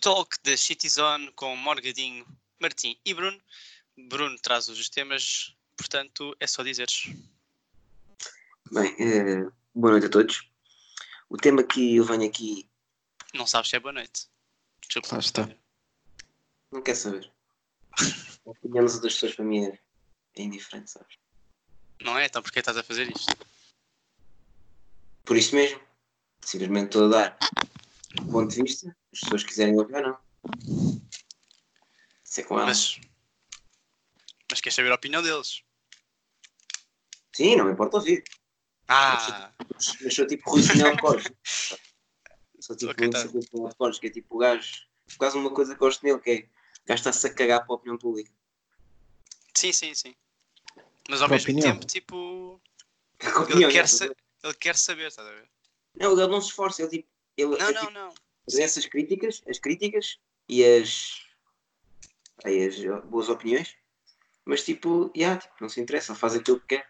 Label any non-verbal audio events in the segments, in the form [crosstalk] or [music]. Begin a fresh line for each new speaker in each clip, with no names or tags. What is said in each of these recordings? Talk da City Zone com Morgadinho, Martim e Bruno. Bruno traz os temas, portanto é só dizeres.
Bem, eh, boa noite a todos. O tema que eu venho aqui
Não sabes se é boa noite. Desculpa.
Lá está.
não quer saber. A opinião das outras pessoas para mim é é indiferente, sabes?
Não é? Então porquê estás a fazer isto?
Por isso mesmo, simplesmente estou a dar o ponto de vista, as pessoas quiserem ouvir ou não. Isso é com elas.
Mas, mas queres saber a opinião deles?
Sim, não me importa ouvir.
Ah,
Mas mas sou tipo Rui Sinel Costa. Sou tipo
Ok,
Rui
tá.
Sinel Costa, que é tipo o gajo. Por causa de uma coisa que gosto nele, que é o gajo está-se a cagar para a opinião pública. [laughs]
sim, sim, sim. Mas ao
Tua
mesmo
opinião?
tempo, tipo,
Que
ele
opinião,
quer,
não,
sa- ele quer saber, estás a ver?
Não, ele não se esforça, ele tipo. Ele, é,
Não,
tipo,
não, não.
Mas essas críticas, as críticas e as, aí as boas opiniões, mas tipo, yeah, tipo, não se interessa, faz aquilo que quer.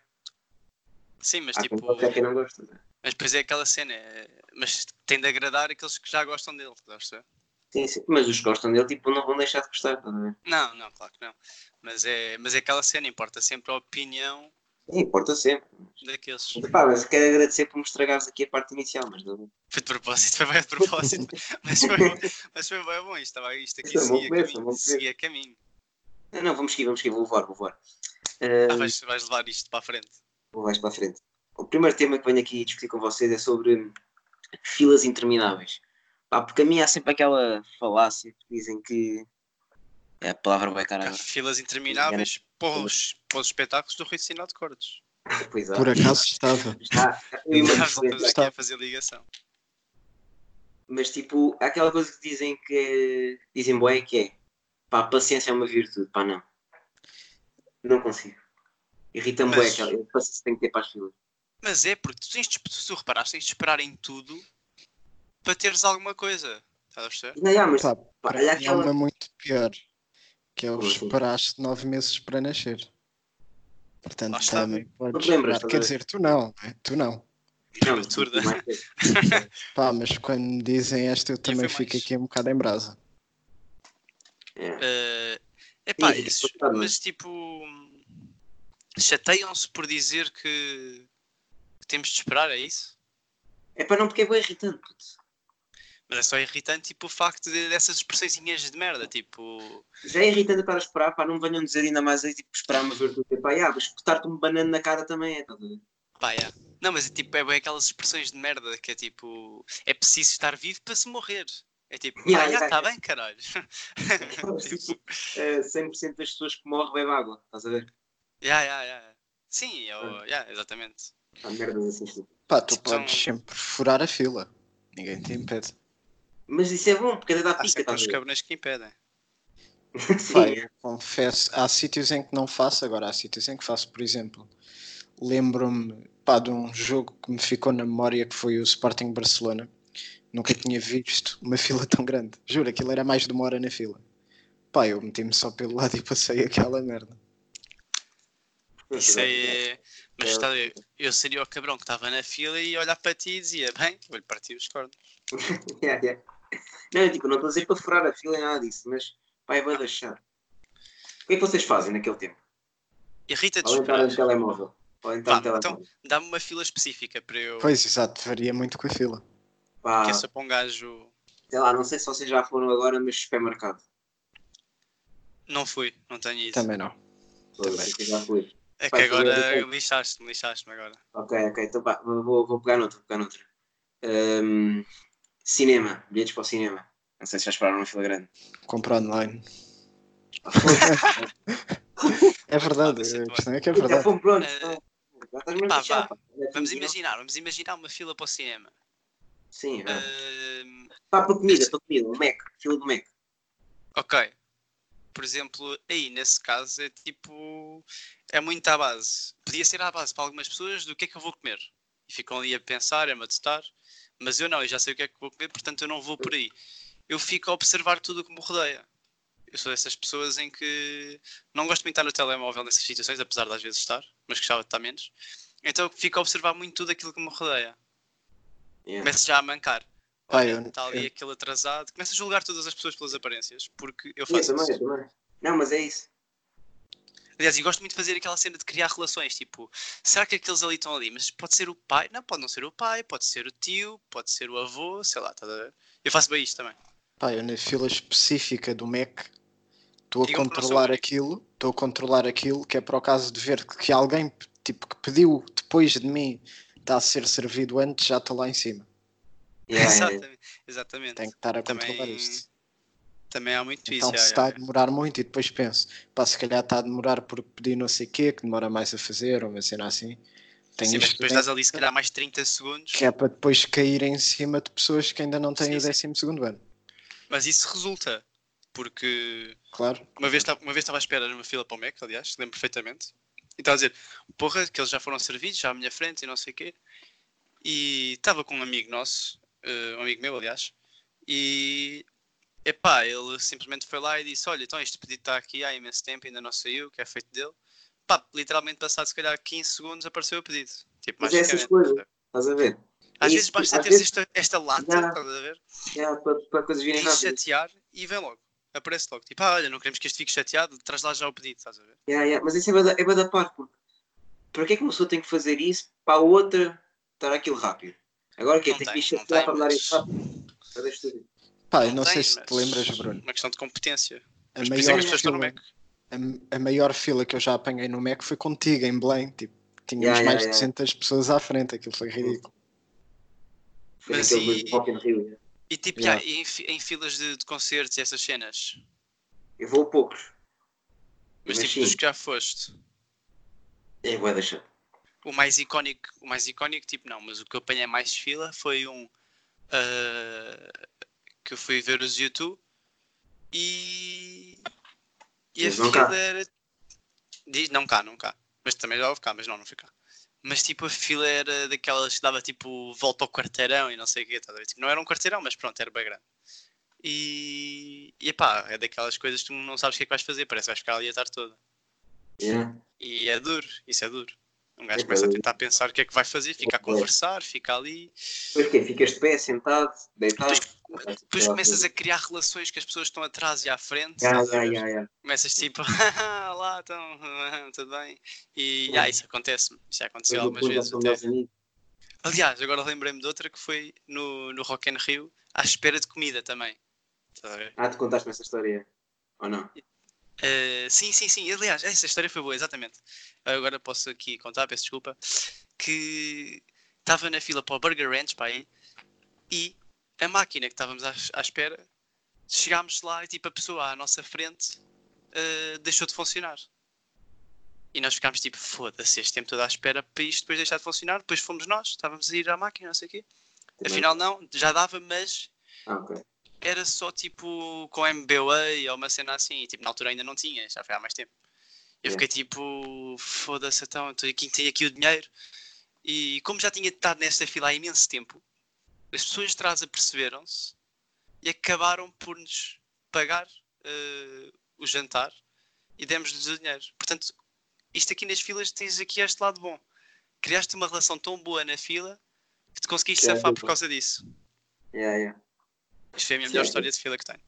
Sim, mas
Ah,
Há
tipo,
quem
então
gosta, há quem não gosta.
mas depois é aquela cena, é- mas tem de agradar aqueles que já gostam dele, estás a perceber?
Sim, sim, mas os que gostam dele tipo, não vão deixar de gostar, estás a ver?
Não, não, claro que não. Mas é, mas é aquela cena, importa sempre a opinião
Sim, importa sempre.
daqueles.
Mas, pá, mas quero agradecer por me estragares aqui a parte inicial, mas não.
Foi de propósito, foi bem de
[laughs]
propósito, mas foi, mas foi bem bom. Isto, estava, isto aqui
Foi
seguia
é bom começo,
caminho.
bom começo.
Seguia caminho.
Não, não, vamos seguir, vamos seguir, vou voar, vou voar.
Ah,
Ah,
vais, vais levar isto para a frente.
vou mais para a frente. O primeiro tema que venho aqui discutir com vocês é sobre filas intermináveis. Pá, porque a mim há sempre aquela falácia que dizem que. É a palavra vai cara
Há
agora.
filas intermináveis para os, para os espetáculos do Rui Sinal de Cordes.
Pois há.
Tá.
Por acaso estava.
Ah, eu
Já
imagino,
voltamos aqui a fazer ligação.
mas tipo, há aquela coisa que dizem que dizem bué que é pá, a paciência é uma virtude, pá não. Não consigo. Irrita-me bué
Mas-
aquela a paciência que tem que ter para as filas.
Mas é porque tu tens de, se tu reparaste, tens de esperar em tudo para teres alguma coisa. Estás a perceber?
Não, já, mas
Pá,
pá,
para
há
mim é uma
aquela...
muito pior. Que é o
Como assim?
esperaste nove meses para nascer. Portanto,
Lá está.
também podes
te lembras,
esperar.
estás a
Quer
ver?
dizer, tu não, né? tu não.
Não,
Absurda.
mais coisa.
Pá, mas quando me dizem esta, eu também
foi
fico
mais.
aqui um bocado em brasa.
É.
Eh, epá,
Sim,
isso-
claro.
mas tipo, chateiam-se por dizer que que temos de esperar, é isso?
É para não porque é bué irritante, puto.
Mas é só irritante tipo, o facto de- dessas expressõezinhas de merda, tipo.
Já é irritante para esperar, pá, não me venham dizer ainda mais aí, tipo, esperar uma virtude. Pá, já, mas espetar-te um banano na cara também é, estás
[laughs]
a ver?
Pá, yeah. Não, mas é tipo, é bem aquelas expressões de merda que é tipo. É preciso estar vivo para se morrer. É tipo, pá,
Yeah,
já
yeah,
está
yeah.
bem, caralho. [laughs]
Tipo, eh, 100% das pessoas que morrem bebem água, estás a ver?
Yeah, yeah, yeah. Sim, é
Ah.
o- yeah, exatamente.
Há merdas assim, tipo.
Pá, tu
Tipo,
podes
são-
sempre furar a fila. Ninguém te impede.
Mas isso é bom, porque até dá
Há
pica,
sempre
estás
uns
a ver?
cabrões que impedem.
Pá,
[laughs] Sim,
eu confesso, há sítios em que não faço, agora há sítios em que faço, por exemplo, lembro-me pá, de um jogo que me ficou na memória que foi o Sporting Barcelona. Nunca tinha visto uma [laughs] fila tão grande. Juro, aquilo era mais de uma hora na fila. Pá, eu meti-me só pelo lado e passei aquela merda.
é.
Isso aí é. Mas
É.
está a ver, eu seria o cabrão que estava na fila e olhar para ti e dizia, bem, vou-lhe partir os cornos.
[laughs] Yeah, yeah. Não, tipo, não estou a dizer para furar a fila e nada disso, mas é pai, vai deixar. O que é que vocês fazem naquele tempo?
Irrita-te
Além de estar
É esperar.
no telemóvel. Além de estar no
Pá, então-
telemóvel.
Dá-me uma fila específica para eu.
Pois, exato, varia muito com a fila.
Pá,
Que é só para um gajo.
sei lá, não sei se vocês já foram agora, mas supermercado.
Não fui, não tenho isso.
Também não.
Pois,
Também.
eu já fui.
É que
Pá, isso é
agora
verdade.
lixaste-me, lixaste-me agora.
Ok, ok, então pá, vou- vou, vou pegar noutro, vou pegar noutro. Ahm, cinema, bilhetes para o cinema. Não sei se já esperaram uma fila grande.
Compro online. [laughs] é verdade, a questão é que é
Então,
verdade.
pô, pronto.
Eh,
então, já estás mesmo
pá,
lixado, pá.
Vamos imaginar, vamos imaginar uma fila para o cinema.
Sim, é.
Eh, Ahm,
Pá, para comida, para comida, o Mac, fila do Mac.
ok. Por exemplo, aí nesse caso é tipo. É muito à base. Podia ser à base para algumas pessoas do que é que eu vou comer. E ficam ali a pensar, a matutar. Mas eu não, eu já sei o que é que vou comer, portanto eu não vou por aí. Eu fico a observar tudo o que me rodeia. Eu sou dessas pessoas em que não gosto muito de estar no telemóvel nessas situações, apesar de às vezes estar, mas gostava de estar menos. Então eu fico a observar muito tudo aquilo que me rodeia.
Yeah.
começo já a mancar.
Pá,
Olha,
eu-
está ali
eu-
aquele atrasado. Começa a julgar todas as pessoas pelas aparências, porque eu
Eu
faço
também, eu
isso.
também. Não, mas é isso.
Aliás, eu gosto muito de fazer aquela cena de criar relações, tipo, será que aqueles ali estão ali? Mas pode ser o pai? Não, pode não ser o pai, pode ser o tio, pode ser o avô, sei lá, estás a ver? Eu faço bem isto também.
Pá, eu na fila específica do Mac estou a
Digam que não sou o
controlar
único.
aquilo, estou a controlar aquilo que é para o caso de ver que alguém tipo, que pediu depois de mim está a ser servido antes, já estou lá em cima.
Yeah, yeah, yeah.
Exatamente. Exatamente.
Tenho que estar a
Também-
controlar isto.
Também há muito
um
Então
isso.
se
já,
está
já,
a
já.
demorar muito e depois penso, pá, se calhar está a demorar porque pedi não sei o quê, que demora mais a fazer, ou uma cena assim. Tenho
Sim, mas
isto
depois
bem-
estás ali se calhar mais 30 segundos.
que é para depois cair em cima de pessoas que ainda não têm
Sim,
o
sim.
12 segundo ano.
Mas isso resulta, porque
Claro.
Uma vez, tava- uma vez estava à espera numa fila para o Mac, aliás, lembro perfeitamente. E estava a dizer, porra, que eles já foram servidos, já à minha frente e não sei o quê. E estava com um amigo nosso, eh, um amigo meu, aliás, e epá, ele simplesmente foi lá e disse: Olha, então este pedido está aqui há imenso tempo, ainda não saiu, que é feito dele. Pá, literalmente passado se calhar 15 segundos apareceu o pedido. Tipo,
Mas
mais
é essas coisas. Estás a ver?
Às
Isso,
vezes basta
às
teres
vezes-
esta, esta lata,
Já.
estás a ver?
Yeah, É, para, para coisas virem
E
rápido.
chatear e vem logo. Aparece logo. Tipo, ah, olha, não queremos que este fique chateado, traz lá já o pedido, estás a ver?
Yeah, yeah. Mas isso é bué da- é bué da par, porque para que é que uma pessoa tem que fazer isso para a outra estar aquilo rápido? Agora o quê?
Não
Tem que
tem,
ir
não
chatear
tem,
para andar
mas-
isso rápido? Para deixar tudo.
Pá, Ah, eu não
tem,
sei se te
mas
lembras, Bruno.
Uma questão de competência.
A
Mas por isso é
maior,
que as pessoas estão no
fila,
Mac.
a, a maior fila que eu já apanhei no Mac foi contigo, em Belém. Tipo, tínhamos
Yeah, yeah,
mais de
yeah.
200 pessoas à frente, aquilo foi ridículo.
Foi
Mas
aquele
e-
do Rock in Rio.
E tipo,
Yeah.
já, e em, fi- em filas de, de concertos e essas cenas.
Eu vou a poucos.
Mas,
Mas
tipo,
sim.
dos que já foste.
É bué da chato.
O mais icónico, o mais icónico, tipo, não, mas o que eu apanhei mais fila foi um ah, que eu fui ver os YouTube e, e a
Mas não
fila
cá.
era. Diz, não cá, não cá. Mas também já houve cá, mas não, não fui cá. Mas tipo, a fila era daquelas que dava tipo volta ao quarteirão e não sei o quê, tá a ver? Tipo, não era um quarteirão, mas pronto, era bem grande. E, e pá, é daquelas coisas que tu não sabes o que é que vais fazer, parece que vais ficar ali a tarde toda.
Yeah.
E é duro, isso é duro. Um gajo
É
começa a
duro.
tentar pensar o que é que vai fazer, fica a conversar, fica ali.
Depois o quê? Ficas de pé, sentado, deitado.
Depois começas a criar relações com as pessoas que estão atrás e à frente.
Yeah,
estás a
yeah,
ver?
yeah, yeah.
Começas tipo, [laughs] "Ah, lá estão, ah, [laughs] tudo bem. E ah, isso acontece-me, isso já aconteceu
Depois
algumas
do
vezes
Porto,
até.
aos amigos.
Aliás, agora lembrei-me de outra que foi no, no Rock in Rio, à espera de comida também. Estás a ver?
Ah, tu contaste-me essa história. Ou não?
Uh, sim, sim, sim. Aliás, essa história foi boa, exatamente. Agora posso aqui contar, peço desculpa. Que estava na fila para o Burger Ranch, pá, aí, e a máquina que estávamos à, à espera, chegámos lá e tipo a pessoa à nossa frente uh, deixou de funcionar. E nós ficámos tipo, foda-se, este tempo todo à espera para isto depois deixar de funcionar. Depois fomos nós, estávamos a ir à máquina, não sei o quê.
Também.
Afinal, não, já dava, mas
Ah, ok.
era só tipo com MBA ou uma cena assim, e, tipo, na altura ainda não tinha, já foi há mais tempo. Eu
Yeah.
fiquei tipo, foda-se então, estou aqui, tenho aqui o dinheiro. E como já tinha estado nesta fila há imenso tempo, as pessoas de trás aperceberam-se e acabaram por nos pagar eh, o jantar e demos-lhes o dinheiro. Portanto, isto aqui nas filas tens aqui este lado bom. Criaste uma relação tão boa na fila que te conseguiste
Que é
safar
muito
por
bom.
causa disso.
Yeah, yeah.
Isto foi a minha melhor
Sim.
história de fila que tenho.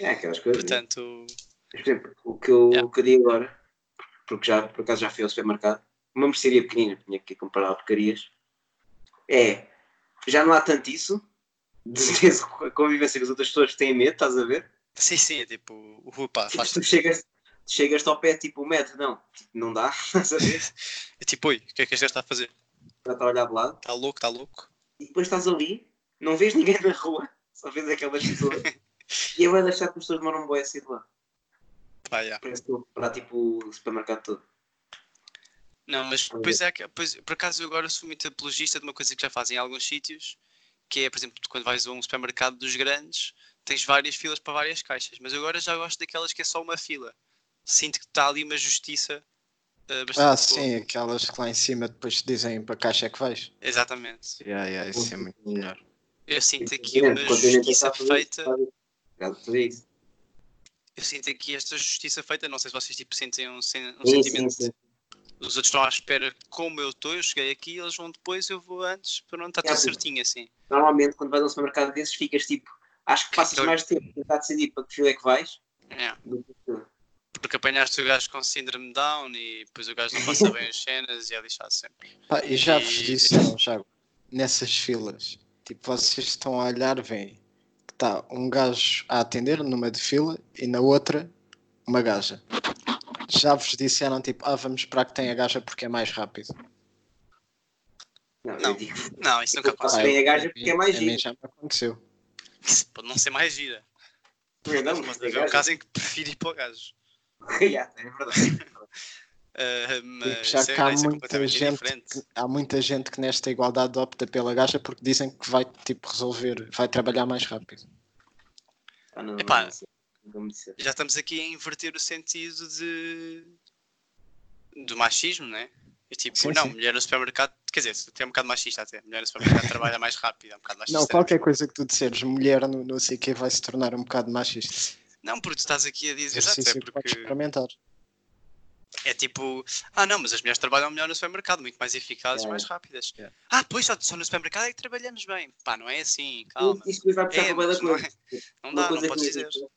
É aquelas coisas. né?
Portanto,
Mas, por exemplo, o que eu,
Yeah.
o que eu dei agora, porque já, por acaso já fui ao supermercado, uma mercearia pequenina, tinha que ir comprar porcarias, é, já não há tanto isso, [laughs] de teres a convivência com as outras pessoas que têm medo, estás a ver?
Sim, sim, é tipo, o Rupa faz
Tu chegas, tu chegas ao pé, tipo, o metro, não, tipo, não dá, estás a ver?
É tipo, oi, o que é que este gajo está a fazer?
Já está a olhar de lado,
Está louco, está louco?
e depois estás ali, não vês ninguém na rua, só vês aquelas pessoas, e eu vou deixar que as pessoas demoram um boi a sair de lá.
Pá, já.
Parece que vou comprar, tipo, o supermercado todo.
Não, mas pois é que, pois, por acaso eu agora sou muito apologista de uma coisa que já fazem em alguns sítios, que é, por exemplo, tu quando vais a um supermercado dos grandes, tens várias filas para várias caixas, mas eu agora já gosto daquelas que é só uma fila. Sinto que está ali uma justiça ah, bastante.
Ah,
boa.
sim, aquelas que lá em cima depois te dizem para a caixa é que vais.
Exatamente.
Yeah, yeah, isso é muito melhor.
Eu sinto aqui uma
Continente, continente
justiça
está a fazer isso,
feita.
sabe? Obrigado por isso.
Eu sinto aqui esta justiça feita. Não sei se vocês tipo, sentem um, sen- um
Sim, sim,
sentimento.
sim.
O os outros estão à espera como eu estou, eu cheguei aqui, eles vão depois, eu vou antes, para não estar
É,
tudo
sim.
certinho assim.
Normalmente, quando vais a um supermercado desses, ficas tipo, acho que passas
Então-
mais tempo a tentar decidir para que fila é que vais.
É.
do que tu.
Porque apanhaste o gajo com síndrome Down e depois o gajo não passa bem as cenas e é lixado sempre.
Pá, e já vos
E-
disse, não, já, nessas filas, tipo, vocês estão a olhar, veem que está um gajo a atender numa de fila e na outra uma gaja. Já vos disseram, tipo, ah, vamos esperar que tenha gaja porque é mais rápido.
Não, eu
Não.
digo,
Não, isso nunca
Eu faço
aconteceu.
bem a
eu-
gaja
a
porque
mim-
é mais
a mim
gira.
já me aconteceu.
Pode não ser mais gira.
não,
Mas
mas
pode
é
haver um
gajo.
caso em que prefiro ir para o gajo.
Yeah, é verdade.
Ah,
Digo
mas
já
isso é,
que há
isso é
muita
completamente
gente
diferente.
que, há muita gente que nesta igualdade opta pela gaja porque dizem que vai tipo resolver, vai trabalhar mais rápido.
Ah, não,
Epá.
não sei. Não me disse.
Já estamos aqui a inverter o sentido de do machismo, né? É tipo,
Sim,
não,
sim.
mulher no supermercado, quer dizer, isso até é um bocado machista até. Mulher no supermercado trabalha mais rápido, é um bocado machista.
Não, qualquer coisa que tu disseres, mulher no não sei o que vai se tornar um bocado machista.
Não, porque tu estás aqui a dizer, exato,
Exercício
é
que podes
porque
experimentar.
É tipo, ah não, mas as mulheres trabalham melhor no supermercado, muito mais eficazes,
É.
mais rápidas.
É.
Ah, pois só, só no supermercado é que trabalhamos bem. Pá, não é assim, calma.
Isto depois vai puxar
É,
para o da
mas não
coisa.
Não
Uma
dá, não
coisa é
podes
que me
dizer.
irrita-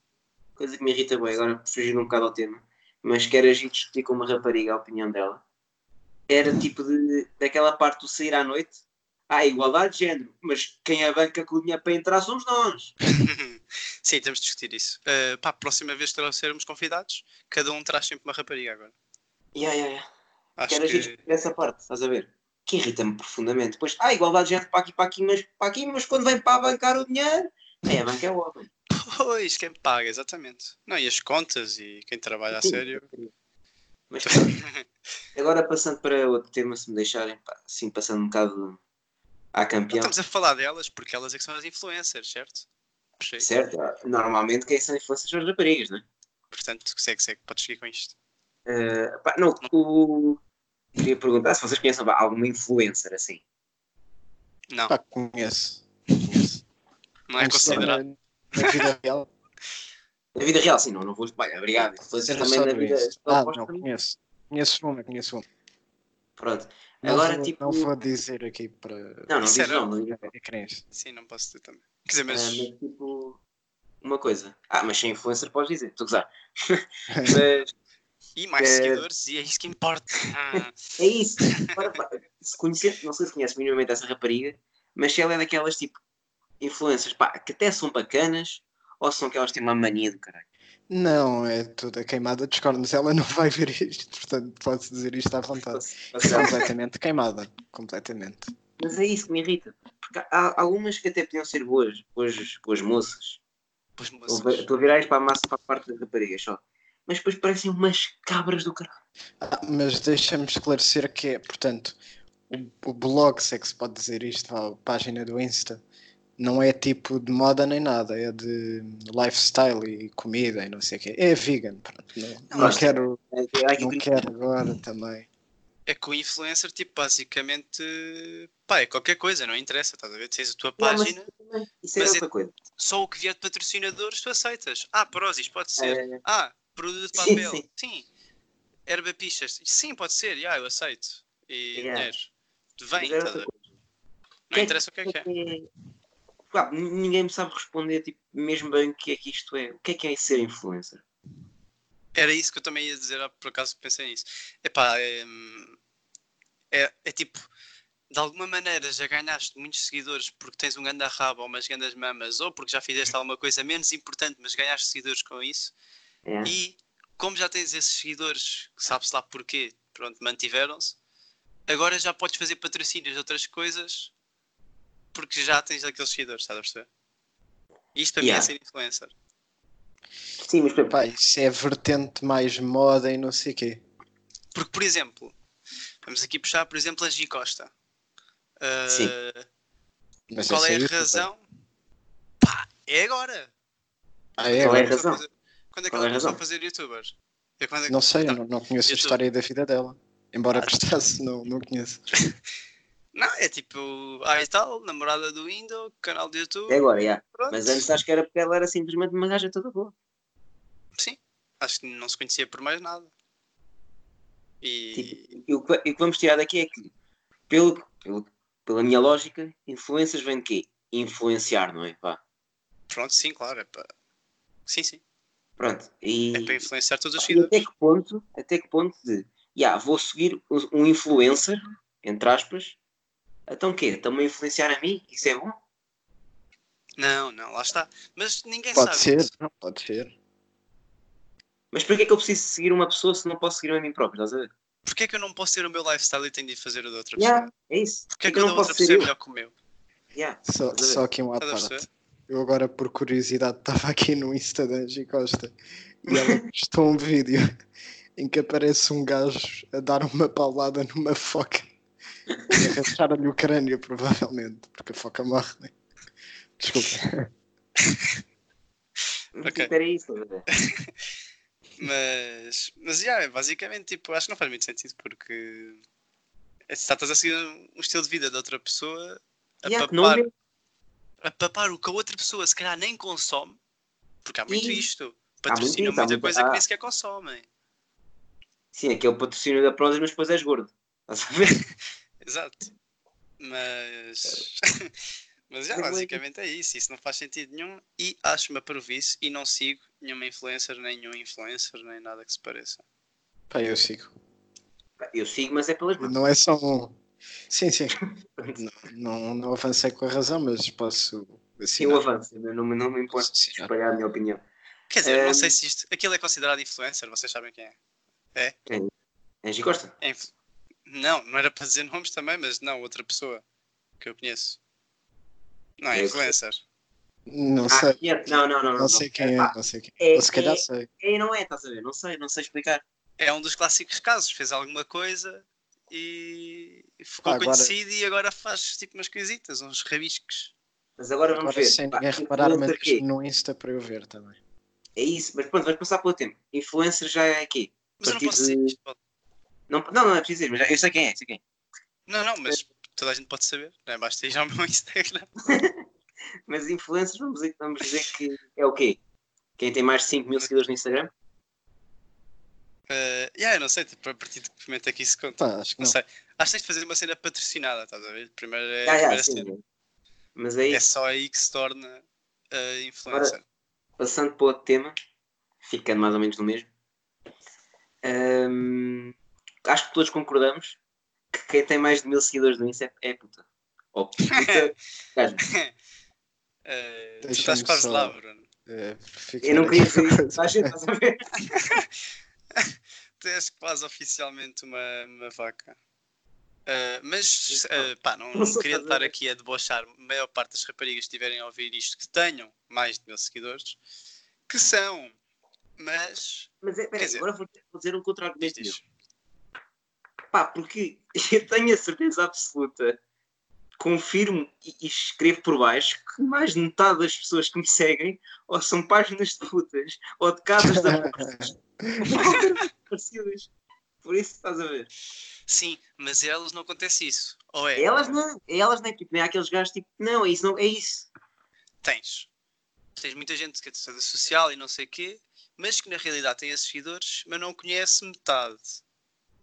coisa que me irrita bem, agora fugindo um bocado ao tema, mas que era a gente discutir com uma rapariga a opinião dela, era tipo de, daquela parte do sair à noite, há igualdade de género, mas quem abanca com o dinheiro para entrar somos nós.
Sim, temos de discutir isso. Ah, pá, próxima vez que trouxermos convidados, cada um traz sempre uma rapariga agora.
Yeah, yeah, yeah.
Acho
Quero a gente
que.
discutir essa parte, estás a ver? Que irrita-me profundamente. Depois, há igualdade de género para aqui, para aqui, mas para aqui, mas quando vem para abancar o dinheiro, é, banca é o homem.
Pois, quem paga, exatamente. Não, e as contas e quem trabalha a
Sim.
sério.
Mas
[laughs]
pronto. agora passando para outro tema, se me deixarem, pá, assim passando um bocado à
Não
campeã.
Então estamos a falar delas porque elas é que são as influencers, certo? Puxei.
Certo, normalmente quem são influencers são as raparigas, não é?
Portanto, segue, segue, podes seguir com isto.
Eh, pá, não, o- queria perguntar se vocês conhecem pá, alguma influencer assim.
Não,
Pá, conheço. conheço.
não é
Mas só
considerado.
Na, na vida
[laughs]
real.
Na vida real, sim, não, não vou. Bem, obrigado. Influencer
era
também
só
na
do
vida.
Insta.
só
Ah,
posto
não,
também.
conheço. Conheço uma, conheço uma.
Pronto.
Não
Agora,
vou-
tipo.
Não vou dizer aqui para.
Não, não
Isso
diz
era-
não, não diz não.
É crente.
Sim, não posso ter também. Quer dizer,
Ah,
mas.
mas tipo. Uma coisa. Ah, mas sem influencer podes dizer, estou a
[laughs]
gozar. mas
E mais
É.
seguidores, e é isso que
[laughs]
importa. Ah,
é isso. Agora, pá, se conhecer, não sei se conhece minimamente essa rapariga, mas se ela é daquelas tipo influencers pá, que até são bacanas ou são aquelas que têm uma mania do caralho.
Não, é tudo a queimada dos cornos. Ela não vai ver isto, portanto, posso dizer isto à vontade.
é
completamente queimada. Completamente.
Mas é isso que me irrita. Porque há algumas que até podiam ser boas, boas, boas moças.
pois, moças.
Ou ve- Tu virais para a massa para a parte das raparigas só. Mas depois parecem umas cabras do caralho.
Ah, mas deixa-me esclarecer que é, portanto, o, o blog, se é que se pode dizer isto, vá, a página do Insta, não é tipo de moda nem nada, é de lifestyle e comida e não sei o quê. É vegan, pronto. Não, não
mas-
quero,
É- é aqui
não
que-
quero agora também.
É que o influencer, tipo, basicamente. Pá, é qualquer coisa, não interessa, estás a ver? Tens a tua
Não, mas-
página,
Isso é
Mas é-
outra coisa.
só o que vier de patrocinadores tu aceitas. Ah, prósis, pode ser.
É,
Ah, produto de
Sim,
papel. Sim.
sim.
Erva pichas. Sim, pode ser. Ah, eu aceito. E
Yeah.
dinheiro. Vem,
mas é
estás a
outra
ver?
coisa.
Não interessa o que é que é.
Pá, n- ninguém me sabe responder tipo, mesmo bem o que é que isto é. O que é que é ser influencer?
Era isso que eu também ia dizer, ah, por acaso pensei nisso. Epá, é, hum, é, é tipo, de alguma maneira já ganhaste muitos seguidores porque tens um grande rabo ou umas grandes mamas, ou porque já fizeste alguma coisa menos importante, mas ganhaste seguidores com isso.
É.
E como já tens esses seguidores, sabe-se lá porquê, pronto, mantiveram-se, agora já podes fazer patrocínios de outras coisas porque já tens aqueles seguidores, estás a perceber? Isto para
Yeah.
mim é ser influencer.
Sim, mas pá,
Pá, isso é vertente mais moda e não sei o quê.
Porque, por exemplo, vamos aqui puxar, por exemplo, a G Costa. Ah,
Sim.
Mas
Qual
essa
é a
outra
razão? Pá, é agora.
coisa. Ah, é,
Qual é a
agora?
Começou a
razão?
fazer- Quando é que
Qual é
ela
a
começou a
razão?
fazer youtuber? Eu quando é que-
Não sei, eu
Tá.
não, não conheço a
Eu tô- Ah.
história da vida dela. Embora gostasse, não, não conheço.
Não, é tipo, ah e tal, namorada do Indo, canal do YouTube,
é agora, já.
pronto.
Mas antes acho que era porque ela era simplesmente uma gaja toda boa.
Acho que não se conhecia por mais nada. E
Tipo, e o, que, e o que vamos tirar daqui é que, pelo, pelo- pela minha lógica, influências vem de quê? Influenciar, não é? Pá.
pronto, sim, claro. É para... Sim, sim.
Pronto. E,
É para influenciar todos os
e até
seguidores.
que ponto, até que ponto de, yeah, vou seguir um- um influencer, entre aspas, então o quê? Estão-me a influenciar a mim? Isso é bom?
Não, não, lá está. Mas ninguém
Pode
sabe.
ser, não, pode ser.
Mas para que é que eu preciso seguir uma pessoa se não posso seguir a mim próprio? Estás a ver?
Porquê é que eu não posso ter o meu lifestyle e tenho de fazer o da outra pessoa?
Yeah, é isso.
Porquê é que
eu
o da
não
outra
posso
pessoa é
ser eu?
melhor que o meu?
Yeah.
Só,
Estás a ver?
só aqui uma à
Estás a
parte.
perceber?
Eu agora, por curiosidade, [laughs] estava aqui no Insta da Angie Costa
[laughs]
e ela postou um vídeo em que aparece um gajo a dar uma paulada numa foca e arrancar-lhe o crânio, provavelmente, porque a foca morre, né? Desculpa.
Mas
Ok.
tipo, era isso, estás a ver?
Mas, mas yeah, basicamente, tipo, acho que não faz muito sentido porque é, se estás a seguir um estilo de vida da outra pessoa a,
Yeah, que é? não
papar,
vê.
a papar o que a outra pessoa se calhar nem consome, porque há muito
E-
isto.
muito
Patrocinam
isso, há
muita
muito-
coisa que
ah.
nem sequer consomem.
Sim, aquele patrocínio da Prozis, mas depois és gordo. Estás a ver? [laughs]
Exato. Mas. [laughs] Mas já,
Mas é-
basicamente é isso. Isso não faz sentido nenhum. E acho-me a previsto e não sigo nenhuma influencer, nem nenhum influencer, nem nada que se pareça.
Pá, eu sigo.
Eu sigo, mas é pelas mãos.
Não é só um. Sim, sim. Não, não, não avancei com a razão, mas posso
Eu
assinar.
avanço, eu não, me- não me importo de
Assinar.
espalhar a minha opinião.
Quer dizer, não
Ehm.
sei se isto. Aquilo é considerado influencer, vocês sabem quem é.
Angie Costa?
É influ- Não, não era para dizer [laughs] nomes também, mas não, outra pessoa que eu conheço. Não, é
Eu
influencer.
Não
Ah,
sei.
yeah, não, não, não, não.
Não sei quem é,
Ah,
não sei quem
é-
Ou se calhar
é-
sei.
é, não é, estás a ver? Não sei, não sei explicar.
É um dos clássicos casos. Fez alguma coisa e ficou
Ah, agora-
conhecido e agora faz tipo umas coisitas, uns rabiscos.
Mas agora vamos
Agora
ver.
sem
Pá,
ninguém reparar, mas
influencer quê?
no Insta para eu ver também.
É isso, mas pronto, vamos passar pelo tempo. Influencer já é aqui.
Mas eu não
Partido
posso dizer
de-
isto. pode-
Não, não, não é preciso dizer, mas já- eu sei quem é, sei quem é.
Não, não, mas toda a gente pode saber. Não é? Basta ir ao meu [laughs] Instagram.
Mas influencers, vamos dizer, vamos dizer que é o quê? Quem tem mais de 5 mil seguidores no Instagram?
Eh, yeah, eu não sei, tipo, a partir de que momento é que isso conta.
Pá, acho que
Não
não.
sei. Acho que tens de fazer uma cena patrocinada, estás a ver? Primeiro é a
Ah,
primeira
já, sim.
cena.
Mas é
É
isso.
só aí que se torna eh, influencer.
passando para outro tema, ficando mais ou menos no mesmo, hum, acho que todos concordamos que quem tem mais de mil seguidores no Insta é, é puta. Ou
[laughs]
puta. gajo.
Eh, tu
Deixa-me
estás quase
só-
lá, Bruno.
É, fica
Eu não queria dizer
aqui.
isso, mas estás a ver?
Tu és quase oficialmente uma, uma vaca. Eh, mas,
Isso
eh, pá, não,
Não
não
sou
queria
nada a
estar
ver.
aqui a debochar a maior parte das raparigas que estiverem a ouvir isto, que tenham mais de mil seguidores, que são, mas,
Mas é,
Quer
peraí,
dizer-
agora vou vou dizer um contrário
diz,
deste
diz.
meu. Pá, porque [laughs] eu tenho a certeza absoluta, confirmo e, e escrevo por baixo que mais de metade das pessoas que me seguem ou são páginas de putas ou de casas de apostas, ou qualquer coisa parecidas. Por isso estás a ver.
Sim, mas a elas não acontece isso. Ou é,
É Elas não, é elas não, é tipo, nem há aqueles gajos tipo, não, é isso, não, é isso.
tens. Tens muita gente que é de saúde social e não sei o quê, mas que na realidade tem esses seguidores, mas não conhece metade.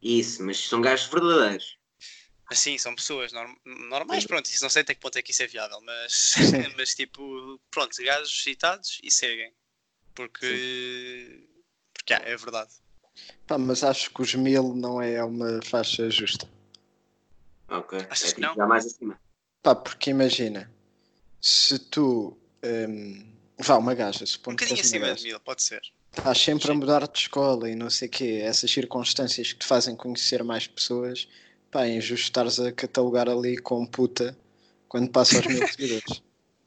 Isso, mas são gajos verdadeiros.
Assim, são pessoas norm- normais, pronto, isso não sei até que ponto é que isso é viável, mas,
Sim.
[laughs] mas tipo, pronto, gajos citados e seguem. Porque. Porque ah, é verdade.
Pá, mas acho que os mil não é uma faixa justa.
Ok.
Achas
é,
que não?
Já mais acima.
Pá, porque imagina, se tu. hum, vá, uma gaja,
Um
supondo que
bocadinho
és uma
acima
gaja.
de mil, pode ser.
Estás sempre a mudar de escola e não sei o quê. Essas circunstâncias que te fazem conhecer mais pessoas, pá, é injusto estares a catalogar ali com puta quando passa
[laughs]
aos mil seguidores.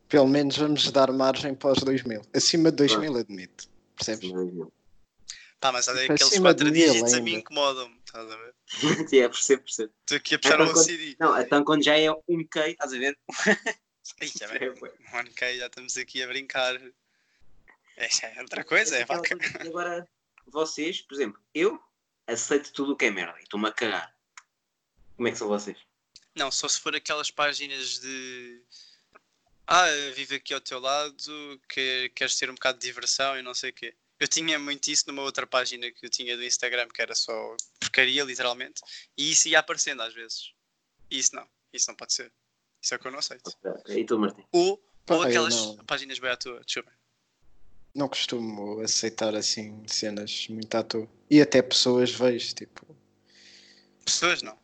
Pelo menos vamos dar margem para os dois mil. Acima de dois
Claro.
mil, admito. Percebes?
Acima de mil.
Pá, mas há
Tipo,
aqueles
acima de
quatro
mil
dígitos a mim
ainda.
incomodam-me, estás a ver?
[laughs] Sim, é, percebo, percebo.
Estou aqui a puxar um
Então,
o
quando-
CD.
Não, então quando já é um K, estás a ver?
Ai, já
É,
bem,
pô.
mano, que já estamos aqui a brincar. É, já é outra coisa, é
Então,
Aquela
vaca.
coisa que Agora, vocês, por exemplo, eu aceito tudo o que é merda e estou-me a cagar. Como é que são vocês?
Não, só se for aquelas páginas de. Ah, vive aqui ao teu lado, que queres ter um bocado de diversão e não sei o quê. Eu tinha muito isso numa outra página que eu tinha do Instagram, que era só porcaria, literalmente, e isso ia aparecendo às vezes. E isso não, isso não pode ser. Isso é o que eu não aceito.
E tu, Martim?
Ou,
Pá,
ou
Ah, eu
aquelas
não-
páginas bem à toa, desculpa.
Não costumo aceitar assim cenas muito à toa. E até pessoas vejo, tipo.
Pessoas não.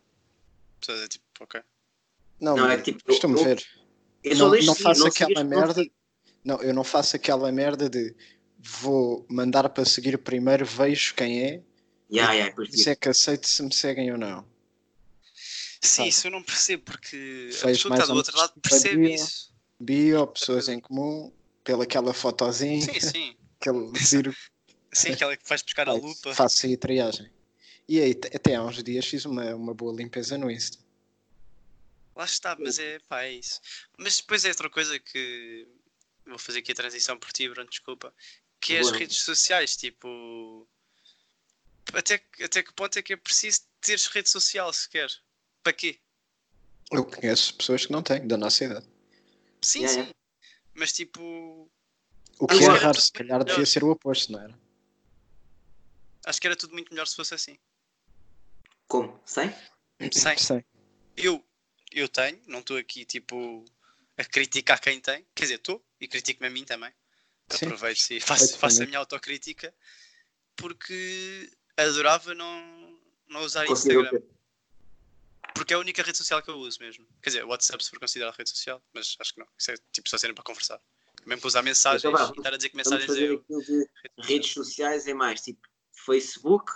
Pessoas é tipo, ok.
Não,
Não, é que, tipo,
costumo
eu- eu-
ver.
Eu
não,
deixo
não
seguir,
faço
não
aquela
seguires, não
merda.
sigo.
Não, eu não faço aquela merda de vou mandar para seguir primeiro, vejo quem é,
Ya, ya, depois
se é que aceito se me seguem ou não.
Sim,
Sabe?
isso eu não percebo, porque
Fez
a pessoa que
mais um
está do
ou
outro
menos
lado percebe
simpatia.
isso.
Bio, pessoas em comum, pela aquela fotozinha,
Sim, sim. [laughs]
aquele giro
Sim, aquela que vais buscar a lupa.
faço aí triagem. E aí, t- até há uns dias fiz uma, uma boa limpeza no Insta.
Lá está, mas é, pá, é isso. Mas depois é outra coisa que vou fazer aqui a transição por ti, Bruno, desculpa. Que é as
Boa.
redes sociais, tipo. Até, que- até que ponto é que é preciso teres rede social sequer? Para quê?
Eu conheço pessoas que não têm, da nossa idade.
Sim,
Yeah,
sim.
yeah.
Mas tipo,
O
Ah,
que é
agora
raro,
tudo
se calhar
melhor.
devia ser o oposto, não era?
acho que era tudo muito melhor se fosse assim.
Como? Sem?
Sem.
Sim.
Eu, eu tenho, não estou aqui tipo a criticar quem tem. Quer dizer, estou e critico-me a mim também.
Sim.
aproveito e faço,
Perfeitamente.
faço a minha autocrítica porque adorava não, não usar
Conseguiram
Instagram porque é a única rede social que eu uso mesmo. Quer dizer, WhatsApp se for considerado rede social, mas acho que não. Isso é tipo só serem para conversar. Mesmo para usar mensagens
Então vá,
e estar a dizer que
Vamos
mensagens é
fazer
eu.
aquilo de redes sociais é mais tipo Facebook,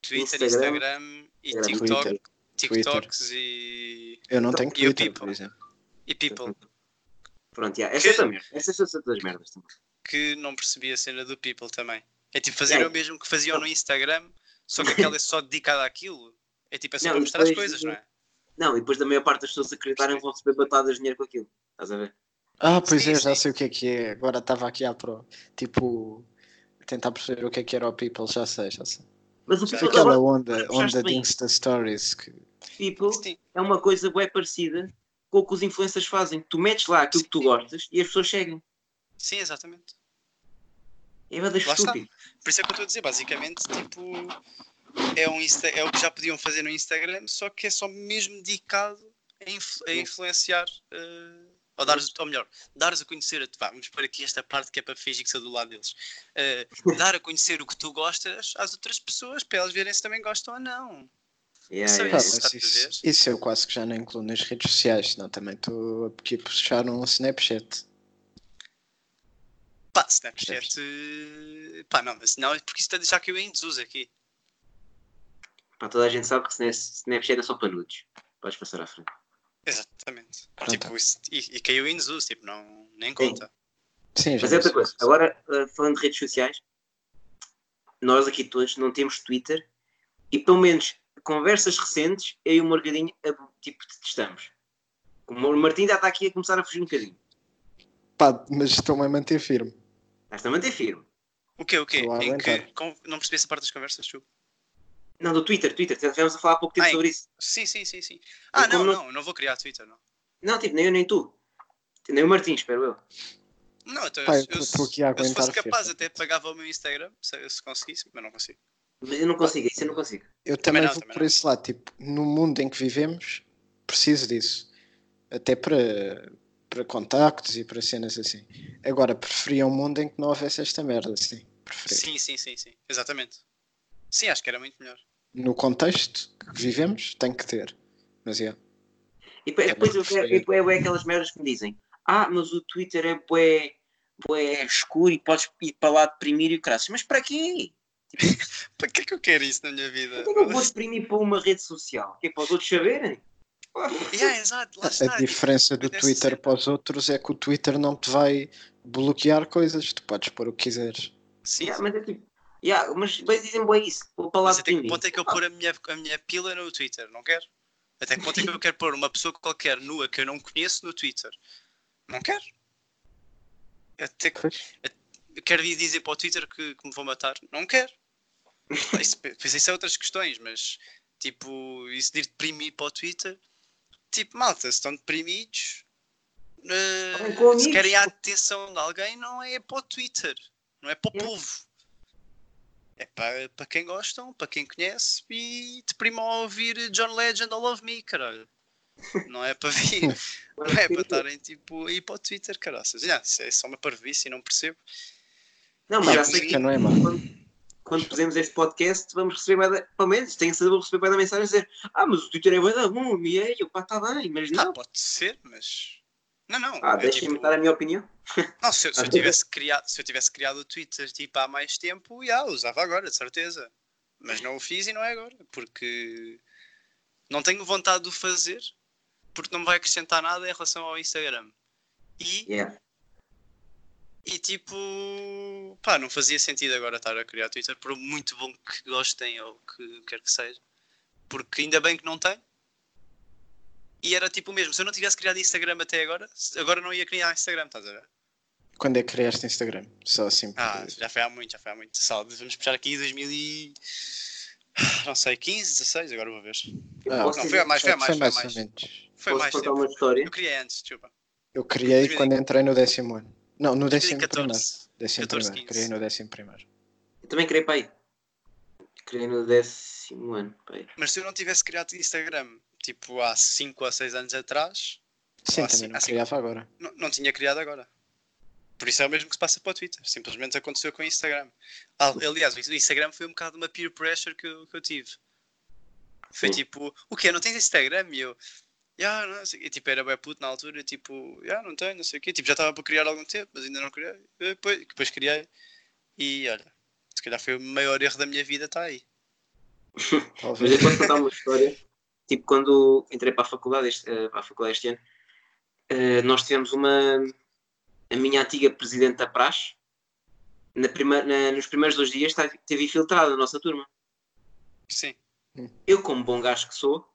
Twitter,
Instagram,
Instagram e
Instagram,
TikTok,
Twitter.
TikToks e,
Eu não tenho
E o tipo?
Twitter,
People?
por exemplo.
e People.
Pronto, já. Essas
Que-
também. Essas são todas merdas também.
Que não percebi a cena do People também. É tipo fazer
É.
o mesmo que faziam no Instagram, só que aquela é só dedicada àquilo. É tipo, é só
Não,
para
e
mostrar as
depois-
coisas, não é?
Não, e depois da maior parte das pessoas acreditarem vão receber batadas de dinheiro com aquilo. Estás a ver?
Ah, pois
Sim,
é, já
sim.
sei o que é que é. Agora estava aqui à prova. Tipo, a tentar perceber o que é que era o People, já sei, já sei.
Mas o
Já.
People,
Aquela
agora,
onda,
puxaste
onda de
bem.
Insta Stories que
People
Sim.
é uma coisa bem parecida com o que os influencers fazem. Tu metes lá aquilo que tu gostas e as pessoas seguem.
Sim, exatamente.
É bada
está.
estúpido.
Por isso é que eu estou a dizer, basicamente, tipo, é, um Insta- é o que já podiam fazer no Instagram, só que é só mesmo dedicado a, influ- a influenciar, eh, ou, dar ou melhor, dar a conhecer, a, vá, vamos pôr aqui esta parte que é para fingir que sou do lado deles,
[laughs]
Eh, dar a conhecer o que tu gostas às outras pessoas, para elas verem se também gostam ou não.
Yeah,
Sim.
yeah, yeah.
Pá,
isso
mas
está a
isso,
ver.
isso eu quase que já não incluo nas redes sociais, senão também estou aqui a puxar um Snapchat.
Pá, Snapchat, eh, pá, não, mas não, porque isso está a deixar que eu em desuso aqui.
Pá, toda a gente sabe que Sna- Snapchat é só para nudes. Podes passar à frente.
Exatamente.
Pronto.
Tipo, isso- e, e caiu em desuso, tipo, não, nem conta.
Sim, já
Mas é outra
sei.
coisa. Agora, uh, falando de redes sociais, nós aqui todos não temos Twitter e pelo menos conversas recentes, eu e o Margadinho a- tipo, detestamos. Como o Martim já está aqui a começar a fugir um bocadinho.
Pá, mas estou-me a manter firme.
Estás a manter firme.
O quê, o quê?
Estou a
Em que,
aguentar.
com- não percebi essa parte das conversas, Chu.
Não, do Twitter, Twitter. Estivemos a falar há pouco tempo
Ai.
sobre isso.
Sim, sim, sim, sim. Ah, não,
como
não,
não-
não, vou criar Twitter, não.
Não, tipo, nem eu nem tu. Nem o Martim, espero eu.
Não, então
Pá,
eu,
eu
eu,
tô- tô aqui a
eu se fosse
aguentar
capaz
firme.
até pagava o meu Instagram, se, se conseguisse, mas não consigo.
Mas eu não consigo, isso eu não consigo.
Eu
Também
também,
não,
vou
também
por
não.
esse lado, tipo, no mundo em que vivemos, preciso disso. Até para, para contactos e para cenas assim. Agora, preferia um mundo em que não houvesse esta merda, sim. Preferia.
Sim, sim, sim, sim. Exatamente. Sim, acho que era muito melhor.
No contexto que vivemos, tem que ter. Mas é.
E depois- depois eu quero, é, é, aquelas merdas que me dizem: Ah, mas o Twitter é bué, bué escuro e podes ir para lá deprimir e o crasso. Mas para quê?
Para que é que eu quero isso na minha vida?
Por que é que eu
um
vou deprimir para uma rede social? Que é para os outros saberem?
[laughs] Yeah, exato, lá está.
A diferença do
tipo, dessa
Twitter
cena.
para os outros é que o Twitter não te vai bloquear coisas, tu podes pôr o que quiseres.
Sim,
Yeah, mas é tipo, yeah, mas depois dizem bué isso, vou para lá
mas até que
deprimir.
ponto é que eu pôr a minha, a minha pila no Twitter? Não quero. Até que ponto é que eu quero pôr uma pessoa qualquer nua que eu não conheço no Twitter? Não quero. Até que Eu quero ir dizer para o Twitter que, que me vou matar. Não quero. Isso, pois isso é outras questões, mas tipo, isso de ir deprimir para o Twitter, tipo, malta, se estão deprimidos, eh,
Falem com
se
amigos.
querem a atenção de alguém, não é para o Twitter, não é para o
Yeah.
povo. é para, para quem gostam, para quem conhece e deprimam a ouvir John Legend I Love Me, caralho. Não é para vir,
[laughs]
não [laughs] é para estarem tipo a ir para o Twitter, caraças. Não, isso é só uma parvice e não percebo.
Não,
Pá,
mas já
a
sei
música
que
não é má.
quando, quando fizemos este podcast vamos receber, bué da- pelo menos, tenho certeza que vou receber bué da mensagem a dizer Ah, mas o Twitter é bué da bom, e aí, eu, pá, está bem, mas
Ah,
não.
pode ser, mas. Não, não.
Ah,
é
deixem-me
tipo-
dar a minha opinião.
Não, se, eu- se eu
Ah.
tivesse criado, se eu tivesse criado o Twitter tipo, há mais tempo, já, usava agora, de certeza. Mas não o fiz e não é agora, porque não tenho vontade de o fazer, porque não me vai acrescentar nada em relação ao Instagram. E,
Yeah.
e tipo, pá, não fazia sentido agora estar a criar Twitter, por muito bom que gostem ou que quer que seja, porque ainda bem que não tem. E era tipo o mesmo, se eu não tivesse criado Instagram até agora, agora não ia criar Instagram, estás a ver?
Quando é que criaste Instagram? Só assim.
Ah,
porque-
já foi há muito, já foi há muito. Só vamos puxar aqui 2000 e... [sighs] Não sei, 15, 16, agora uma vez.
Eu
Ah,
posso
não,
dizer-
foi há mais, foi há mais, foi há
ou
mais.
menos.
Foi há mais
posso contar
tempo.
uma história?
Eu criei antes, desculpa.
Eu criei
2014.
quando entrei no décimo ano. Não, no décimo primeiro.
2014.
Décimo
14, 15.
primeiro. Criei no décimo primeiro.
Eu também criei para aí. Criei no décimo ano, pá, aí.
Mas se eu não tivesse criado Instagram, tipo há 5 ou 6 anos atrás,
Sim,
Ah,
também
sim,
não
ah, sim.
criava agora.
não, não tinha criado agora. Por isso é o mesmo que se passa para o Twitter. Simplesmente aconteceu com o Instagram. Al- Aliás, o Instagram foi um bocado uma peer pressure que eu, que eu tive. Foi
Sim.
tipo, o quê? Não tens Instagram? E eu, "Ya, não sei. o quê." E, tipo, era bem puto na altura. eu, Tipo, já não tenho, não sei o quê. Tipo, já estava para criar há algum tempo, mas ainda não criei. E Depois, depois criei. E olha, se calhar foi o maior erro da minha vida, está aí.
Mas
Talvez.
eu posso contar uma história. Tipo, quando entrei para a faculdade este, eh, para a faculdade este ano, eh, nós tivemos uma. A minha antiga presidente da Praxe, na prima- na- nos primeiros dois dias, tá- teve infiltrada a nossa turma.
Sim.
Eu, como bom gajo que sou,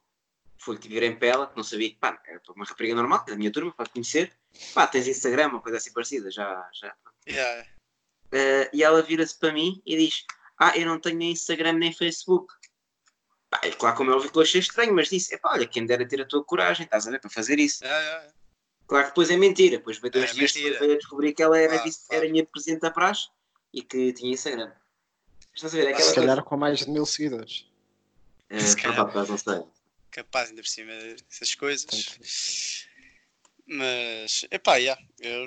fui que virei para ela, que não sabia que, pá, era uma rapariga normal, é da minha turma, para conhecer. Pá, tens Instagram, uma coisa assim parecida, já. já.
Ya.
Eh, e ela vira-se para mim e diz: Ah, eu não tenho nem Instagram nem Facebook. Pá, é claro, como é óbvio que eu achei estranho, mas disse: Epá, olha, quem dera ter a tua coragem, estás a ver, para fazer isso.
Ya, ya, ya.
Claro que depois é mentira, depois veio dois
É
dias
mentira.
depois veio a descobrir que ela era,
Claro,
vice,
claro.
era minha presidente da praxe e que tinha Instagram. Estás a ver? É
Ah,
aquela
Se
coisa.
calhar com mais de mil seguidores.
Eh,
se calhar.
pá, pá, pá, não sei.
Capaz, ainda por cima, essas coisas.
Portanto,
Mas, epá, yeah, eu,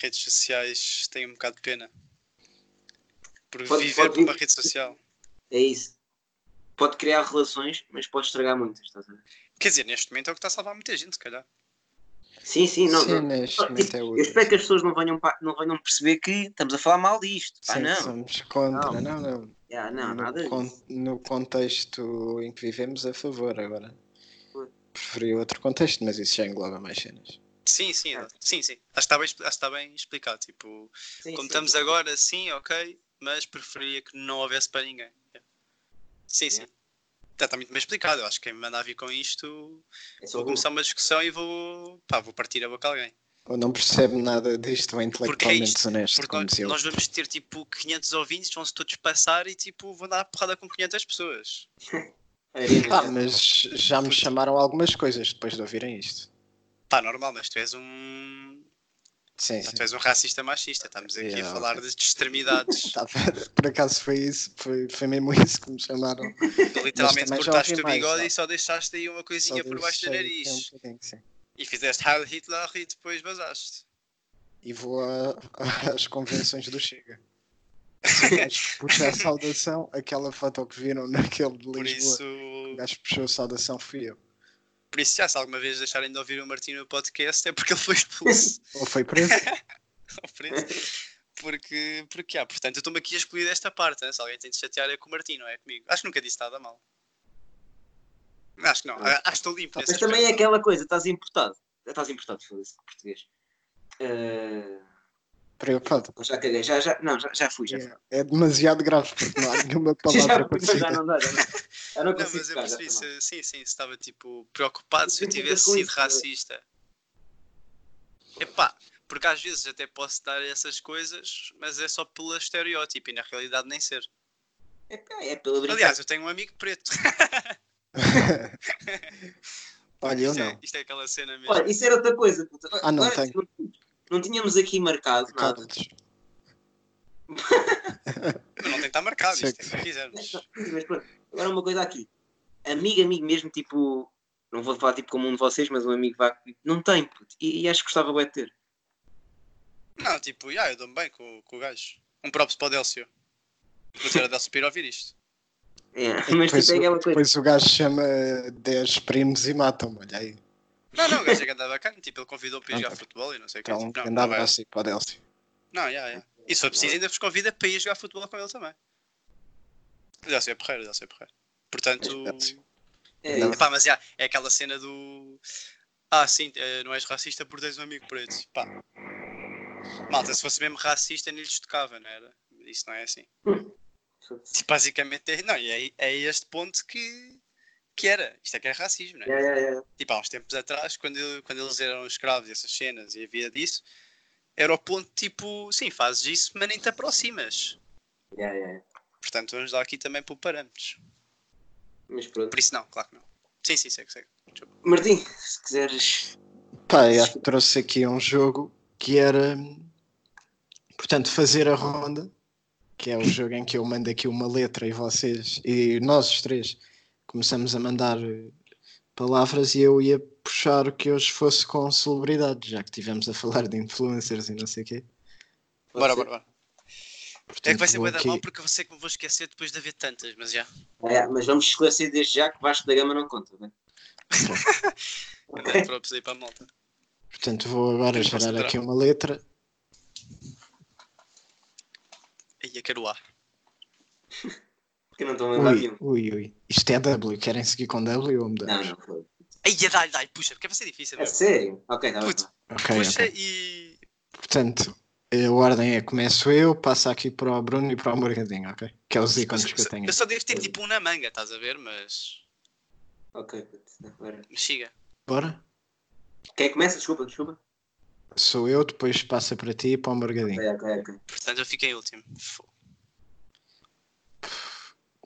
redes sociais têm um bocado de pena. Por
Pode-
viver
pode
por uma
vir.
rede social.
É isso. Pode criar relações, mas pode estragar muitas, estás a ver?
Quer dizer, neste momento é o que está a salvar muita gente, se calhar.
Sim, sim, não.
sim,
não.
neste
Pá,
momento
tipo,
é
eu
útil.
espero que as pessoas não venham, pa- não venham perceber que estamos a falar mal disto. Pá,
Sim,
não.
somos
Não.
contra. Não, não.
Ah, não,
no,
nada
con-
disso.
no contexto em que vivemos, a favor agora.
Ui.
Preferi outro contexto, mas isso já engloba mais cenas.
Sim, sim,
Ah.
sim, sim. Acho que está bem, expli- acho que está bem explicado. Tipo,
Sim,
como
sim.
estamos agora, sim, ok, mas preferia que não houvesse para ninguém. Yeah. Sim,
É.
sim. Está, está muito bem explicado. Eu acho que quem me mandar vir com isto,
É só
vou começar uma discussão e vou, pá, vou partir a boca a alguém.
Ou não percebe nada disto, ou é intelectualmente
isto-
desonesto,
Porque
como
nós,
dizia ele.
nós vamos ter tipo 500 ouvintes, vão-se todos passar e tipo vão dar a porrada com 500 pessoas. É,
Arena,
Ah, mas já me chamaram algumas coisas depois de ouvirem isto.
Pá, normal, mas tu és um.
Sim,
pá,
sim.
tu és um racista machista. Estamos aqui
Yeah,
a falar de extremidades.
Tá, [laughs] por acaso foi isso, foi, foi mesmo [laughs] isso que me chamaram.
tu literalmente
também já
cortaste
ouvi
o bigode
mais,
e só deixaste aí uma
Só
coisinha por baixo do
deixei
nariz.
um bocadinho, sim.
E fizeste Heil Hitler e depois vazaste.
E vou a- às convenções do Chega.
[laughs]
Se o gajo Puxa a saudação, aquela foto que viram naquele de
Por
Lisboa.
isso.
O gajo que puxou a saudação fui eu.
Por isso, já se alguma vez deixarem de ouvir o Martinho no podcast é porque ele foi
[laughs]
expulso.
Ou foi preso?
[laughs] ao preço. Porque, porque há, portanto, eu estou-me aqui a excluir desta parte. né? Se alguém tem de chatear é com o Martim, não é comigo. Acho que nunca disse nada mal. Acho que não,
Ah.
acho que estou limpo. nesse
Mas também é
aspecto.
aquela coisa, estás importado. Estás importado, foda-se, com português. Eh,
Preocupado.
já caguei, já, já, não, já, já fui, já fui.
É, é demasiado grave porque não há nenhuma
[laughs] Já, fui, já
palavra parecida.
não dá, já não, já não
Não, mas
consigo
eu
ficar, já
percebi,
está
se,
mal.
sim, sim, se estava tipo preocupado se eu
Eu fico
tivesse
com
sido
isso, né?
racista. Epá, porque às vezes até posso dar essas coisas, mas é só pelo estereótipo e na realidade nem ser.
É, pá, é pela brincadeira.
Aliás, eu tenho um amigo preto.
Olha, eu
isto, É,
não.
isto é aquela cena mesmo.
Olha, isso era outra coisa. puta.
Ah, não,
Olha,
tenho.
Não tínhamos aqui marcado nada,
Carlos.
Mas não tem que estar marcado, isto
Certo.
é o que quisermos.
Mas pronto, agora uma coisa aqui. Amigo, amigo mesmo, tipo. Não vou falar tipo como um de vocês, mas um amigo vá. Não tem, puto. E, e acho que gostava bué de ter.
Não, tipo, yeah, eu dou-me bem com, com o gajo. Um props para o Delcio. Mas era Delcio para ir ouvir isto.
É,
E
mas
depois,
tipo, é
o,
aquela coisa.
depois o gajo chama 10 primos e matam-me, olha aí.
Não, não, o gajo é que andava bacana. Tipo, ele convidou para ir jogar
Pronto.
futebol e não sei o que.
Então,
Tipo, não,
andava
não, é-
assim para o Delcio.
não, yeah, yeah. E se for preciso, ainda vos convida para ir jogar futebol com ele também. O Delcio é porreiro, o Delcio é porreiro. Portanto,
Delcio.
É,
Não.
Epá, mas já, é aquela cena do. Ah, sim, eh, não és racista por teres um amigo preto. Pá. Malta, se fosse mesmo racista, nem lhes tocava, não era? Isso não é assim.
isso.
Tipo, basicamente, é, não, é, é este ponto que, que era. Isto é que é racismo, não é?
É, é, é.
Tipo, há uns tempos atrás, quando, quando eles eram escravos e essas cenas e havia disso, era o ponto tipo, sim, fazes isso, mas nem te aproximas.
É, é, é.
Portanto, vamos dar aqui também por parâmetros.
Mas pronto.
Por isso, não, claro que não. Sim, sim, segue, segue.
Martim, se quiseres.
Pá, eu trouxe aqui um jogo que era, portanto, fazer a ronda, que é o jogo em que eu mando aqui uma letra e vocês, e nós os três, começamos a mandar eh, palavras e eu ia puxar o que hoje fosse com celebridades, já que estivemos a falar de influencers e não sei o quê.
pode
Bora,
ser?
bora, bora. É que vai ser bué da mal porque eu sei que me vou esquecer depois de haver tantas, mas
[laughs]
já.
É, mas vamos esclarecer desde já que Vasco da Gama não conta, né?
Andar props aí para a malta.
Portanto, vou agora
Tenho que
gerar
concentrar.
aqui uma letra.
Aí eu quero A.
[laughs] Que eu não estou a lembrar de
Ui,
um.
ui, ui. Isto é W. Querem seguir com W ou
Não,
mudamos?
não foi.
Aí dá-lhe, dá-lhe, puxa, porque vai ser difícil.
É
meu.
sério? Ok, tá bem.
Puto.
Ok,
Puxa
ok.
e.
Portanto, a ordem é começo eu, passo aqui para o Bruno e para o Morgadinho, ok? Que é os ícones que eu tenho.
Eu só devo ter tipo um na manga, estás a ver? Mas.
Ok, puto. Agora.
Mas siga.
Bora?
Quem é que começa? Desculpa, desculpa.
Sou eu, depois passa para ti e para o Morgadinho.
Ok, ok, ok.
Portanto, eu fico em último. Fo-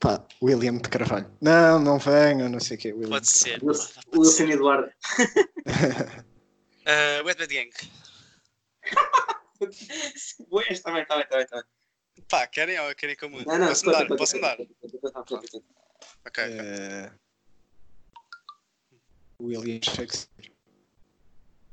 Pá, William de Carvalho. Não, não venham, não sei o quê. William
Pode
de
ser. pá,
O o
Pode
Wilson
ser.
Eduardo.
Ah, Wet Bad Gang.
Ué, está bem, está bem, está bem, está bem.
Pá, querem ou querem que eu mude?
Não, não,
Posso
conta,
mudar?
conta,
Posso
conta,
mudar?
conta, conta, conta, conta.
Ok.
Carvalho. Eh, William Shakespeare.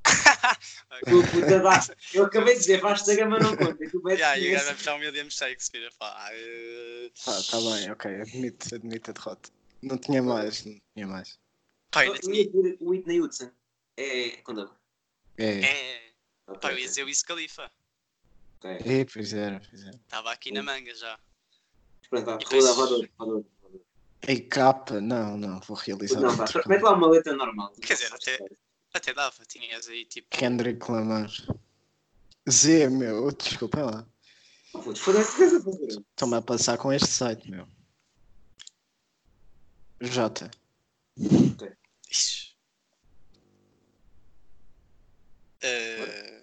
ok.
Tu, puta, dá. Eu acabei de dizer, Vasco da Gama não conta. e Tu
[laughs]
metes
Yeah, e o gajo vai
nesse.
puxar o William Shakespeare. Pá, eh,
Pá, tá bem, ok. Admito, admito a derrota. Não tinha mais, não tinha mais.
pá, ainda
Eu
tinha.
ia dizer O Whitney Hudson. É, conta.
É,
É,
Ok,
pá, eu
ok,
ia dizer o Wiz Khalifa.
ok.
é pois era, pois era.
Estava aqui na manga já.
Pronto, vá,
E
roda,
depois-
roda, roda. roda.
Ei, capa, não, não, vou realizar.
Não, vá,
outro.
mete lá uma letra normal.
Quer dizer, até- Até dava, tinhas aí tipo.
Kendrick Lamar. Z, meu, desculpa lá.
Oh, Puto, Foda-se, tens a fazer.
Estão-me a passar com este site, meu. J.
Ixi. Eh,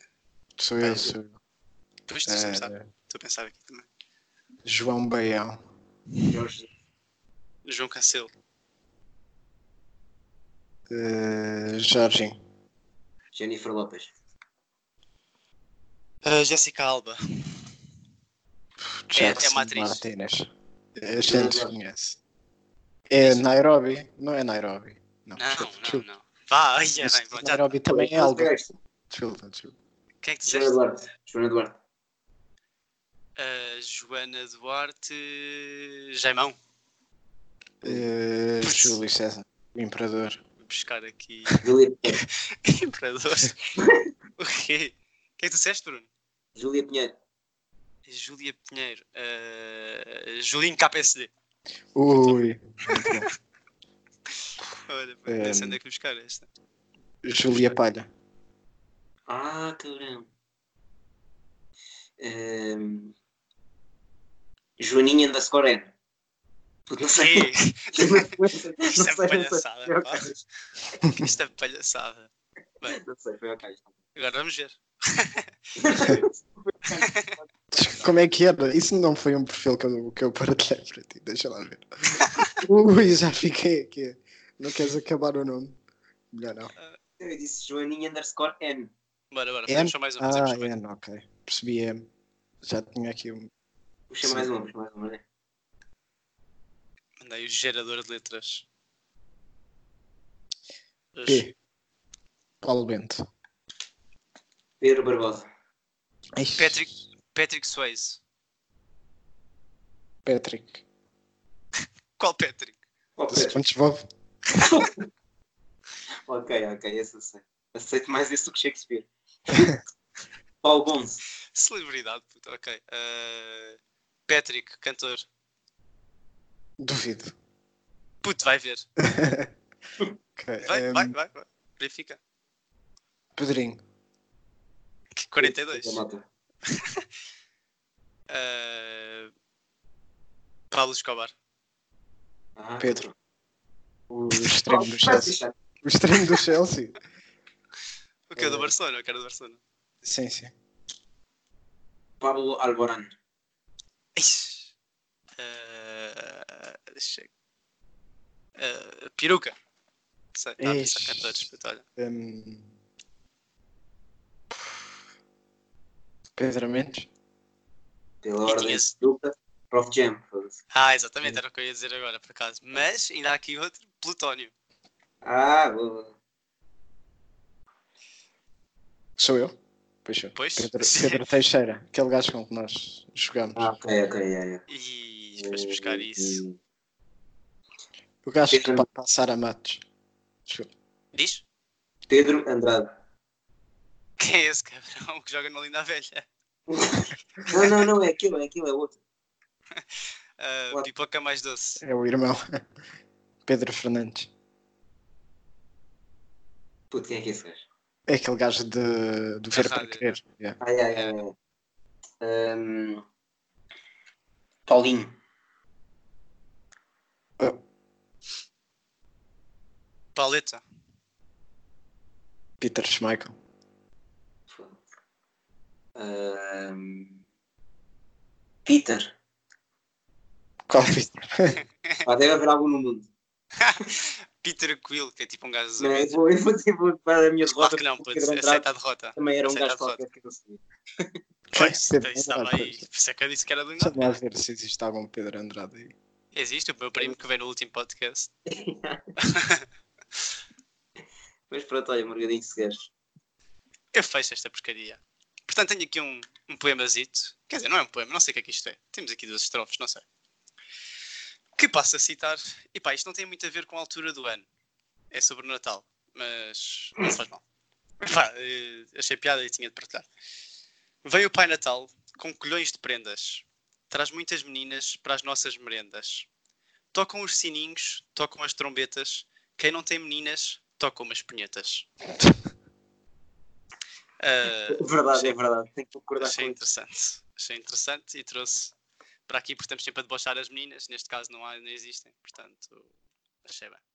Sou eu, sou eu.
Pois tu
É.
Eh,
sabe, estou a pensar aqui também.
João Baião.
Jorge.
João Cancelo,
Eh, Jorginho.
É,
Jennifer Lopes.
Eh, Jéssica
[laughs]
Alba, é uma atriz.
Martínez. A gente conhece. É Nairobi? Não é Nairobi. Não,
não,
desculpa,
não,
desculpa.
não. Vá, ai, ai, tá
Isso,
ai, vá, já-
Nairobi também é algo.
Joana
Desculpa, desculpa.
Quem é que disseste?
Duarte. Joana Duarte.
Eh, Joana Duarte, Jaimão.
Eh, Júlio César. O Imperador.
Vou buscar
[laughs]
aqui.
Júlia Pinheiro.
Imperador. o quê? Quem é que tu disseste, Bruno?
Júlia Pinheiro.
Júlia Pinheiro, Eh, Julinho KPSD.
Ui. muito bom.
Olha,
Eh,
pensando onde é que vou buscar esta.
Júlia Palha.
Ah, cabrão. Ehm, Joaninha underscore N. Puto, Não sei.
Quê?
[laughs] Não sei, É, não
[laughs] Isto é
sei,
palhaçada,
Foi ao
pá.
calhas.
Isto é palhaçada.
Não sei, foi ao calhas.
Agora vamos ver.
[laughs] Como é que era? Isso não foi um perfil que eu, que eu partilhei para ti, deixa lá ver. [laughs] Ui, já fiquei aqui. Não queres acabar o nome? Melhor não.
Eu disse Joaninha underscore N.
Bora, bora,
É?
fazemos só mais um.
Ah,
fazemos só mais um.
é, não, ok. Percebi, é. Já tinha aqui um.
Puxa
Sim.
mais uma, puxa mais uma, né?
Mandei o gerador de letras.
P. Paulo Bento.
Pedro Barbosa.
Ai,
Patrick. Patrick Swayze.
Patrick.
Qual Patrick?
Oh,
Do
Pedro.
SpongeBob.
Ok, ok, essa eu sei. Aceito mais esse do
[laughs]
que Shakespeare. Paulo Gomes.
Celebridade, puta, ok. Ah, Patrick, cantor.
Duvido. [laughs]
Puto, vai ver.
Ok,
Vai,
ehm,
vai, vai, vai. Verifica.
Pedrinho.
Que 42.
Da Mata.
Ah, Pablo Escobar.
Ah,
Pedro. O
Paulo,
extremo do
vai
Chelsea.
deixar.
O extremo
[laughs]
do Chelsea.
O que é do
Eh.
Barcelona? O que era do Barcelona.
Sim, sim.
Pablo Alborán.
Ixi. Ah, deixa. Ah, peruca. Sei, tá a pensar
Ixi.
cantores, puto, olha.
Ehm, Pedro Mendes.
Pela
E
ordem
tinhas-
de Duca. Prof. Jam. foda-se.
Ah, exatamente, era o que eu ia dizer agora, por acaso. Mas ainda há aqui outro, Plutónio.
Ah, o-
Sou eu? Pois sou.
Pois.
Pedro, Pedro Teixeira. Aquele gajo com que nós jogamos.
ah, ok, ok, yeah, yeah.
E depois buscar isso.
O gajo que
Pedro-
pode passar a matos. Desculpa.
Diz? [laughs]
Pedro Andrade.
Quem é esse cabrão que joga na linda velha?
Não, não, não, é aquilo, é aquilo, é outro.
Ah,
What?
pipoca mais doce.
É o irmão. [laughs] Pedro Fernandes.
Puto, quem é que é esse gajo?
É aquele gajo de, do Ver para
rádio.
Querer. Yeah.
Ai, ai, ai.
É.
ai. Ahm, Paulinho.
Oh,
Paleta.
Peter Schmeichel.
Ahm, Peter.
Qual Peter? [laughs]
Ah, deve haver algum no mundo.
Peter Quill, que é tipo um gajo
Não, eu
azul.
vou, eu vou dizer vou para a minha derrota.
Claro que não,
porque
puto.
Pedro Andrade
Aceita a derrota.
Também era um
aceita
gajo
a derrota.
qualquer que eu sabia.
Pois,
Pedro
então isso estava
Andrade,
aí.
pois.
Por isso é que eu disse que era do
Deixa
Linda.
lá ver se existe algum Pedro Andrade aí.
Existe o meu primo que veio no último podcast.
Mas pronto, olha, Morgadinho, se queres.
Eu fecho esta porcaria. Portanto, tenho aqui um, um poemazito. Quer dizer, não é um poema, não sei o que é que isto é. Temos aqui duas estrofes, não sei. Que passo a citar. E pá, isto não tem muito a ver com a altura do ano. É sobre o Natal. Mas não se faz mal. Pá, eh, achei piada e tinha de partilhar. Veio o Pai Natal com colhões de prendas. Traz muitas meninas para as nossas merendas. Tocam os sininhos, tocam as trombetas. Quem não tem meninas, toca umas punhetas. [laughs] Ah,
É verdade,
achei-
é verdade. Tenho que concordar com
Achei
isso.
interessante. Achei interessante e trouxe para aqui porque estamos sempre a debochar as meninas. Neste caso não, há, não existem, portanto, achei bem.